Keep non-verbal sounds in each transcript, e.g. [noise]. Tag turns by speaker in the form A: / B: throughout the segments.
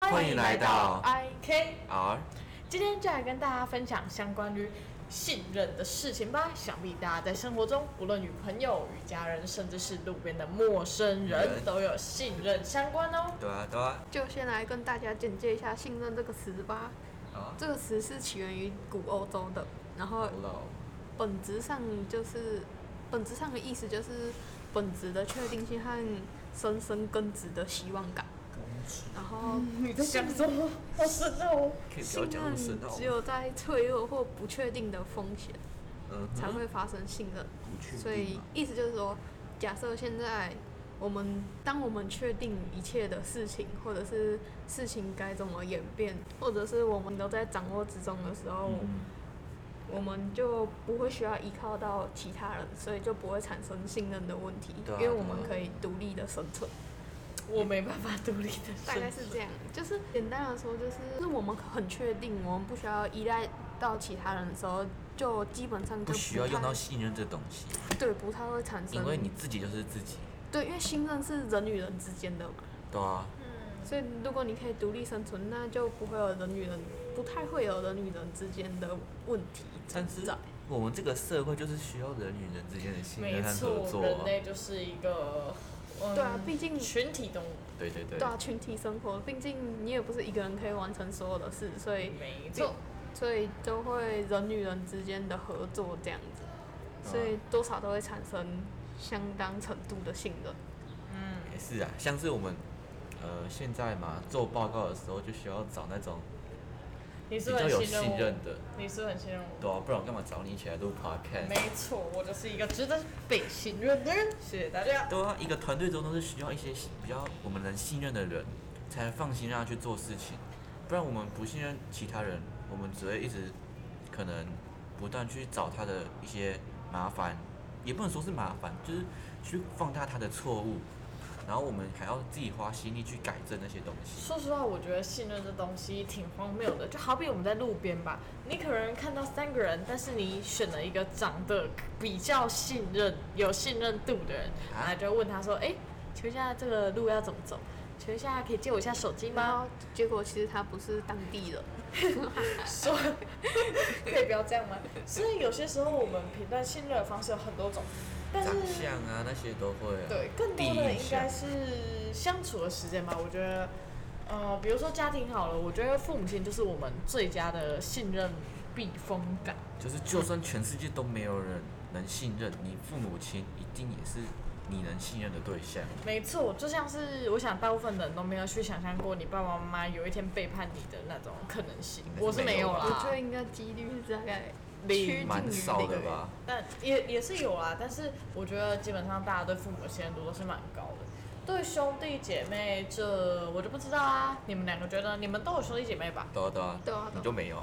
A: 欢迎来到
B: IK。
A: R
B: 今天就来跟大家分享相关于信任的事情吧。想必大家在生活中，无论与朋友、与家人，甚至是路边的陌生人，
A: 人
B: 都有信任相关哦。
A: 对啊对啊
C: 就先来跟大家简介一下“信任”这个词吧。
A: 啊，
C: 这个词是起源于古欧洲的，然后
A: 好老
C: 本质上就是本质上的意思就是本质的确定性和深深根植的希望感。
A: 公主，
C: 然后
B: 你在想什么？好深哦！
A: 可以不要
C: 信
A: 讲那么
C: 任
A: 深奥
C: 只。有在脆弱或不确定的风险
A: 嗯哼，
C: 才会发生信任。
A: 不确定啊
C: 所以
A: 嘛
C: 意思就是说，假设现在我们当我们确定一切的事情，或者是事情该怎么演变，或者是我们都在掌握之中的时候，
A: 嗯
C: 我们就不会需要依靠到其他人，所以就不会产生信任的问题，
A: 对啊
C: 因为我们
A: 对啊
C: 可以独立的生存。
B: 我没办法独立的，
A: 啊
C: 大概是这样，就是简单的说，就是就是我们很确定，我们不需要依赖到其他人的时候，就基本上就
A: 不需要
C: 太
A: 用到信任这东西，
C: 对，不太会产生，
A: 因为你自己就是自己，
C: 对，因为信任是人与人之间的嘛。
A: 对啊，
C: 所以，如果你可以独立生存，那就不会有人与人，不太会有人与人之间的问题存
A: 但是
C: 在。
A: 我们这个社会就是需要人与人之间的信
B: 没
A: 任和合
B: 错，
A: 作
B: 人
A: 啊，
B: 类就是一个，嗯
C: 对啊毕竟
B: 群体动物，
A: 对对对
C: 对，啊，群体生活，毕竟你也不是一个人可以完成所有的事，所以
B: 没
C: 就
B: 错，
C: 所以都会人与人之间的合作这样子，
A: 嗯
C: 所以多少都会产生相当程度的信任。
B: 嗯，
A: 也是啊，像是我们呃现在嘛做报告的时候就需要找那种
B: 你
A: 比
B: 是
A: 较
B: 很
A: 有
B: 信任
A: 信任
B: 我，
A: 的，
B: 你是很信任我。
A: 对啊，不然我干嘛找你一起来录 podcast？
B: 没错，我就是一个值得被信任的人。谢谢大家。
A: 对啊，一个团队中都是需要一些比较我们能信任的人，才放心让他去做事情。不然我们不信任其他人，我们只会一直可能不断去找他的一些麻烦，也不能说是麻烦，就是去放大他的错误，然后我们还要自己花心力去改正那些东西。
B: 说实话，我觉得信任这东西挺荒谬的，就好比我们在路边吧，你可能看到三个人，但是你选了一个长得比较信任、有信任度的人，
A: 啊
B: 然后就问他说：“哎、请问一下这个路要怎么走？请问一下可以借我一下手机
C: 然
B: 吗 [laughs]
C: 后结果其实他不是当地人，？”
B: 说可以不要这样吗？所以有些时候我们评断信任的方式有很多种，但是
A: 长相啊，那些都会、啊。
B: 对，更
A: 第
B: 多
A: 一
B: 的
A: 印
B: 应
A: 象
B: 该是相处的时间吧。我觉得，呃，比如说家庭好了，我觉得父母亲就是我们最佳的信任避风港。
A: 就是就算全世界都没有人能信任，你父母亲一定也是你能信任的对象。
B: 没错，就像是我想大部分人都没有去想象过你爸爸妈妈有一天背叛你的那种可能性
A: 应该，是
B: 我是没有
A: 没有吧
C: 我
B: 啦
C: 觉。得应该几率是大概
B: 零
C: 趋近于
A: 蛮少的
C: 零
A: 吧？
B: 但也也是有啦，但是我觉得基本上大家对父母的信任度都是蛮高的。对兄弟姐妹这我就不知道啦，你们两个觉得你们都有兄弟姐妹吧？
A: 对啊对啊，
C: 对啊对啊
A: 你就没有，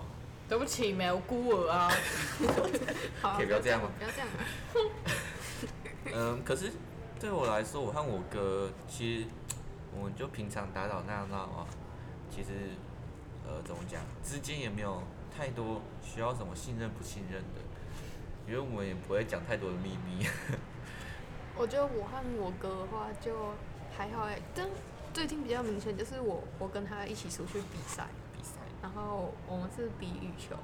B: 对不起，没有孤儿啊。
C: 好，啊
A: 可以不要这样吗
C: 不要这样。
A: 嗯，可是对我来说，我和我哥其实我们就平常打打闹闹啊，其实呃怎么讲，之间也没有太多需要什么信任不信任的，因为我们也不会讲太多的秘密。 [laughs]
C: 我觉得我和我哥的话就还好哎、但最近比较明显就是我我跟他一起出去比赛，
A: 比赛
C: 然后我们是比羽球，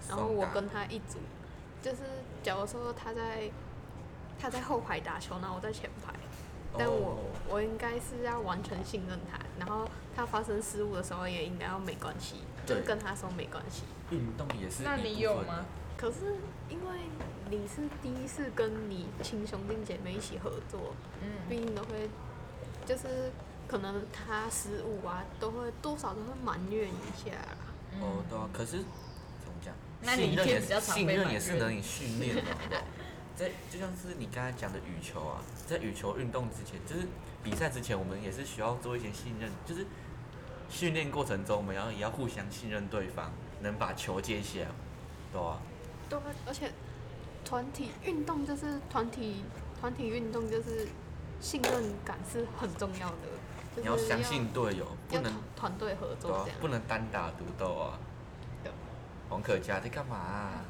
A: 双打
C: 然后我跟他一组，就是假如说他在他在后排打球，然后我在前排，但我、
A: 哦
C: 我应该是要完全信任他，然后他发生失误的时候也应该要没关系，就
A: 对
C: 跟他说没关系。
A: 运动也是一部
B: 那
A: 分的，啊
B: 你有吗？
C: 可是因为你是第一次跟你亲兄弟姐妹一起合作，
B: 嗯，
C: 毕竟都会，就是可能他失误啊，都会多少都会埋怨一下啦。
B: 嗯
A: 哦，对啊，可是怎么讲？
B: 那你
A: 信任
B: 一天
A: 也
B: 比较
A: 是
B: 常
A: 信
B: 被
A: 任
B: 埋
A: 也是
B: 怨
A: 能以
B: [laughs]
A: 训练的，好不好？在就像是你刚才讲的羽球啊，在羽球运动之前，就是比赛之前，我们也是需要做一些信任，就是训练过程中，我们要也要互相信任对方，能把球接起来，对啊，
C: 对，而且团体运动就是团体团体运动就是信任感是很重要的，就是
A: 你要相信队友，不
C: 要
A: 能
C: 团团队合
A: 对
C: 作
A: 啊
C: 这样，。
A: 不能单打独斗啊
C: 对。
A: 王可佳在干嘛啊、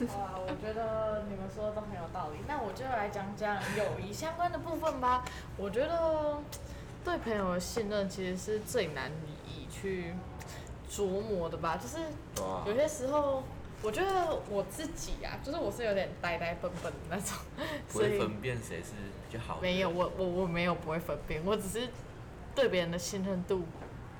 B: 哇，我觉得你们说的都很有道理。那我就来讲讲友谊相关的部分吧。我觉得对朋友的信任其实是最难以以去琢磨的吧。就是
A: 对啊
B: 有，些时候，我觉得我自己啊，就是我是有点呆呆笨笨的那种，
A: 不
B: 所
A: 会
B: 以
A: 分辨谁是比较好的。
B: 没有，我我我没有不会分辨，我只是对别人的信任度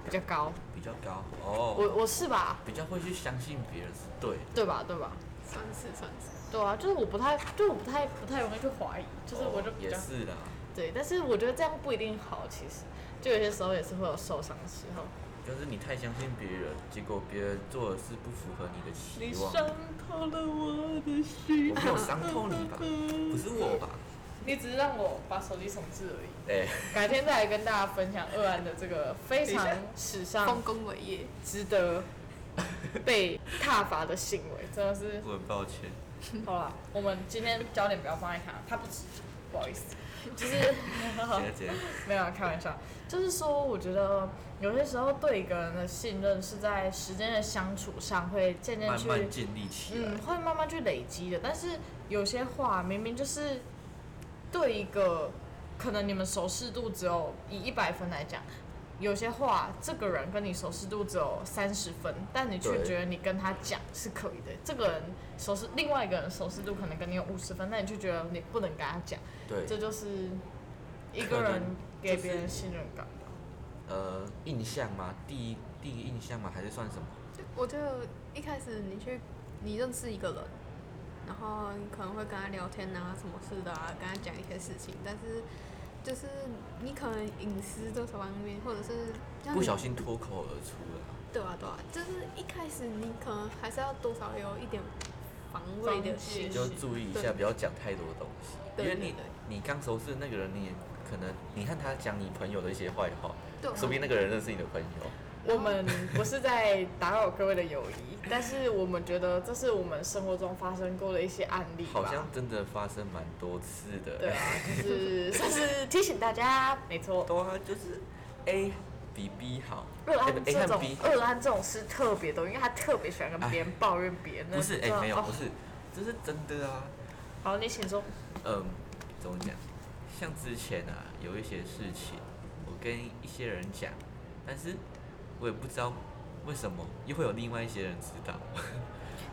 B: 比较高。
A: 比较高哦，
B: 我我是吧？
A: 比较会去相信别人是对的。
B: 对吧？对吧？
C: 算是算是。
B: 对啊，就是我不太，就我不太不太容易去怀疑，就是我就
A: 哦
B: 比
A: 也
B: 较、
A: 是啦，
B: 对，但是我觉得这样不一定好，其实就有些时候也是会有受伤的时候。
A: 就是你太相信别人，结果别人做的事不符合你的
B: 你啊
A: 期望。
B: 伤透了我的心，
A: 我没有伤透你吧不是我吧？
B: 你只是让我把手机重置而已。
A: 哎、
B: [laughs] 改天再来跟大家分享二安的这个非常史上
C: 丰功伟业，
B: 值得被挞伐的行为，真的是
A: 我很
B: [laughs]
A: 抱歉。
B: 好了。我们今天焦点不要放在他，他不值，不好意思，就是。
A: 姐姐，
B: 没有开玩笑，就是说，我觉得有些时候对一个人的信任是在时间的相处上会渐渐
A: 慢
B: 去，
A: 慢建立起来。
B: 嗯，会慢慢去累积的。但是有些话明明就是对一个可能你们熟识度只有以一百分来讲，有些话这个人跟你熟识度只有三十分，但你却
A: 对
B: 觉得你跟他讲是可以的。这个人熟识，另外一个人熟识度可能跟你有五十分，但你却觉得你不能跟他讲。
A: 对，
B: 这就是一
A: 可
B: 个
A: 能
B: 人给
A: 就是
B: 别人信任感吧。
A: 呃，印象吗？第一第一印象吗？还是算什么？
C: 我就一开始你去你认识一个人，然后你可能会跟他聊天啊，什么事的啊，跟他讲一些事情，但是就是你可能隐私这方面，或者是像
A: 不
C: 你
A: 小心脱口而出了。
C: 对啊对啊，就是一开始你可能还是要多少有一点防卫的
B: 防
C: 心
B: 戒，
A: 就注意一下，
C: 对
A: 不要讲太多东西，因
C: 对
A: 为
C: 对
A: 你
C: 对
A: 你刚熟识那个人，你也可能你看他讲你朋友的一些坏话，
C: 对啊，
A: 说不定那个人认识你的朋友。
B: 我们不是在打扰各位的友谊，但是我们觉得这是我们生活中发生过的一些案例吧。
A: 好像真的发生蛮多次的。
B: 对啊，就是算是提醒大家，没
A: [laughs]
B: 错，
A: 对啊，就是 A 比 B 好，哎
B: 二安
A: A
B: 这
A: 和
B: 种
A: B
B: 二安这种是特别多，因为他特别喜欢跟别人抱怨别人。
A: 不是哎、
B: 对啊
A: 没有
B: 哦
A: 不是，这是真的啊。
B: 好，你请说。
A: 嗯，怎么讲？像之前啊，有一些事情，我跟一些人讲，但是我也不知道为什么又会有另外一些人知道，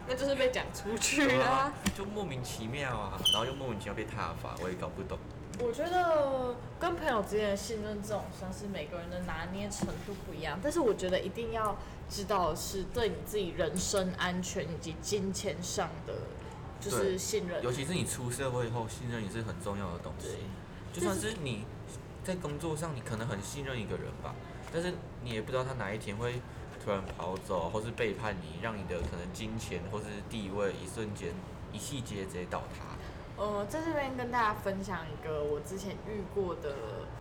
B: 那就是被讲出去
A: 对
B: 啊
A: 啊。， [laughs] 就莫名其妙啊，然后又莫名其妙被踏伐，我也搞不懂。
B: 我觉得跟朋友之间的信任这种，算是每个人的拿捏程度不一样。但是我觉得一定要知道的是对你自己人身安全以及金钱上的就是
A: 对
B: 信任。
A: 尤其是你出社会后，信任也是很重要的东西。就算是你在工作上，你可能很信任一个人吧，但是你也不知道他哪一天会突然跑走，或是背叛你，让你的可能金钱或是地位一瞬间一细节直接倒塌。
B: 呃，在这边跟大家分享一个我之前遇过的，就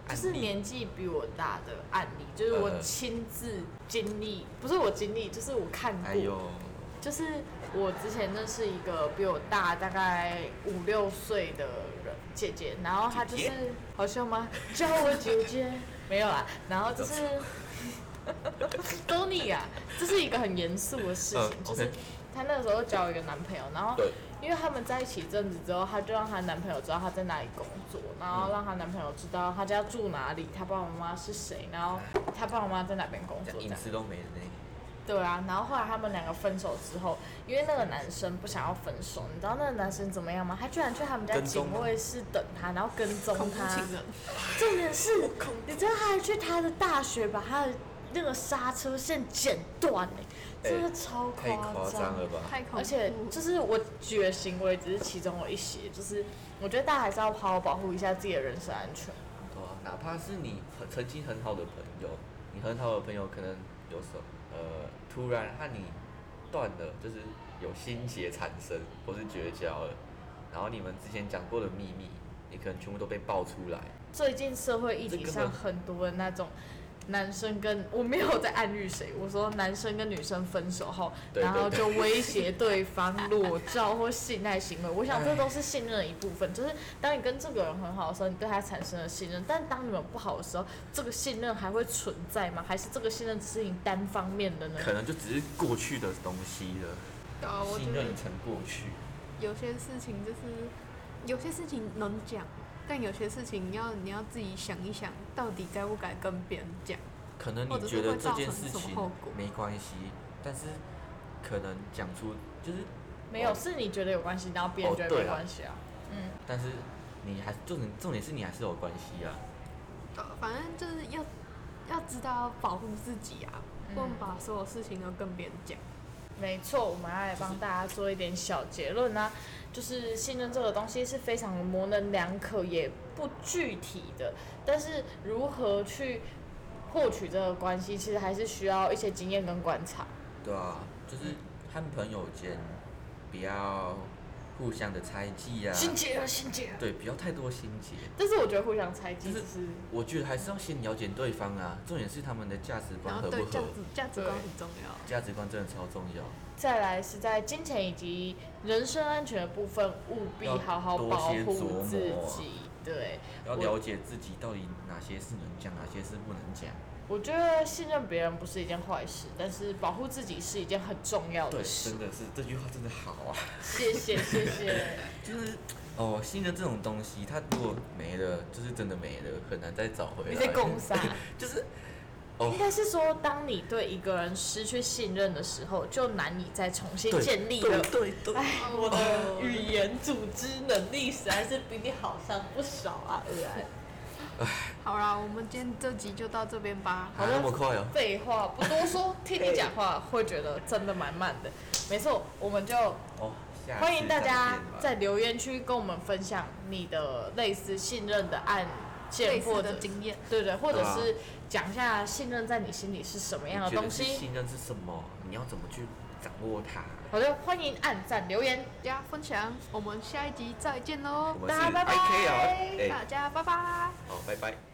A: 案
B: 是
A: 例
B: 年纪比我大的案例，就是我
A: 呃
B: 亲自经历，不是我经历，就是我看过。
A: 哎呦，
B: 就是我之前认识一个比我大大概五六岁的人姐姐，然后她就是
A: 姐
B: 好笑吗？叫我姐姐没有啦，然后
A: [laughs]
B: 就是都你啊，这是一个很严肃的事情，
A: 嗯
B: 就是
A: OK
B: 她那个时候交一个男朋友，然后
A: 对，
B: 因为他们在一起一阵子之后，她就让她男朋友知道她在哪里工作，然后让她男朋友知道她家住哪里，她爸爸妈妈是谁，然后她爸爸妈妈在哪边工作
A: 讲
B: 这
A: 隐
B: 样。
A: 私都没了呢。
B: 对啊，然后后来他们两个分手之后，因为那个男生不想要分手，你知道那个男生怎么样吗？他居然去他们家
A: 跟踪
B: 警
A: 吗
B: 卫室等他，然后跟踪
C: 恐怖
B: 他。
C: 情人，
B: 重点是，你知道他还去他的大学把他的那个刹车线剪断呢、
A: 哎
B: 真的超
A: 太夸张
B: 张。
A: 了吧？
C: 太恐怖，
B: 而且就是我举的行为只是其中的一些，就是我觉得大家还是要好好保护一下自己的人身安全。
A: 对啊，哪怕是你很曾经很好的朋友，你很好的朋友可能有时候呃突然和你断了，就是有呃心结产生或是绝交了，然后你们之前讲过的秘密，你可能全部都被爆出来。
B: 最近社会议题
A: 这根
B: 上
A: 本
B: 很多的那种男生跟我没有在暗喻谁，我说男生跟女生分手后，
A: 对
B: 然后
A: 对
B: 就威胁对方裸照或性爱行为，
A: [laughs]
B: 我想
A: 哎
B: 这都是信任的一部分。就是当你跟这个人很好的时候，你对他产生了信任，但当你们不好的时候，这个信任还会存在吗？还是这个信任只是你单方面的呢？
A: 可能就只是过去的东西
C: 对啊
A: 了，
C: 我觉
A: 信
C: 得
A: 任成过去。
C: 有些事情就是有些事情能讲，但有些事情你要你要自己想一想，到底该不该跟别人讲。
A: 可能
C: 或
A: 你
C: 者
A: 觉
C: 是
A: 得
C: 会
A: 这
C: 造
A: 件
C: 成
A: 事
C: 什么
A: 情
C: 后果
A: 没关系，但是可能讲出就是，
B: 没有，是你觉得有关系，然后别人
A: 哦
B: 觉得
A: 对
B: 没
A: 啊
B: 关系啊。嗯，
A: 但是你还重点重点是你还是有关系啊。
C: 呃反正就是要要知道保护自己啊，不能
B: 嗯
C: 把所有事情都跟别人讲。
B: 没错，我们要来帮大家做一点小结论呢、就是信任这个东西是非常的模棱两可，也不具体的。但是如何去获取这个关系，其实还是需要一些经验跟观察。
A: 对啊，就是和朋友间不要互相的猜忌啊，
B: 心结啊，心结啊！
A: 对，不要太多心结。
B: 但是我觉得互相猜忌
A: 就是
B: 只是
A: 我觉得还是要先了解对方啊，重点是他们的价值观
C: 然
A: 合
C: 后
A: 不
C: 对
A: 合
C: 价，值价值观
B: 对
C: 很重要。
A: 价值观真的超重要，
B: 再来是在金钱以及人身安全的部分，务必
A: 要
B: 好好
A: 多
B: 保
A: 些
B: 护
A: 琢
B: 自
A: 磨
B: 己。对，
A: 要
B: 我
A: 了解自己到底哪些事能讲，哪些事不能讲。
B: 我觉得信任别人不是一件坏事，但是保护自己是一件很重要
A: 对，
B: 的事
A: 真。的是这句话真的好
B: [laughs]
A: 啊，
B: 谢谢谢谢。
A: 就是哦，信任这种东西，它如果没了，就是真的没了，很难再找回来。
B: 你在攻杀，
A: [laughs] 就是哦
B: 应该是说，当你对一个人失去信任的时候，就难以再重新
A: 对
B: 建立
A: 对
B: 了。
A: 对对，
C: 哎
B: 我的语言组织能力实在是比你好上不少啊，尔
A: [laughs]
B: 安。
C: 好啦，我们今天这集就到这边吧。
A: 还那么快哦。
B: 废话不多说，听你讲话会觉得真的蛮慢的。没错，我们就
A: 哦，下
B: 欢
A: 次
B: 迎大
A: 再
B: 家
A: 见吧
B: 在留言区跟我们分享你的类似信任的案
C: 类
B: 件，或者
C: 似的经验，
B: 对对，或者
A: 对啊
B: 是讲一下信任在你心里是什么样的
A: 你觉
B: 东
A: 得是
B: 西。
A: 信任是什么？你要怎么去掌握它？
B: 好的，欢迎按赞留言。
C: 大家分享。我们下一集再见喽
A: 我，们
B: 哦大家
A: 是
B: 拜拜
A: IKL，哎、哦
C: 大家拜拜。
A: 好，拜拜。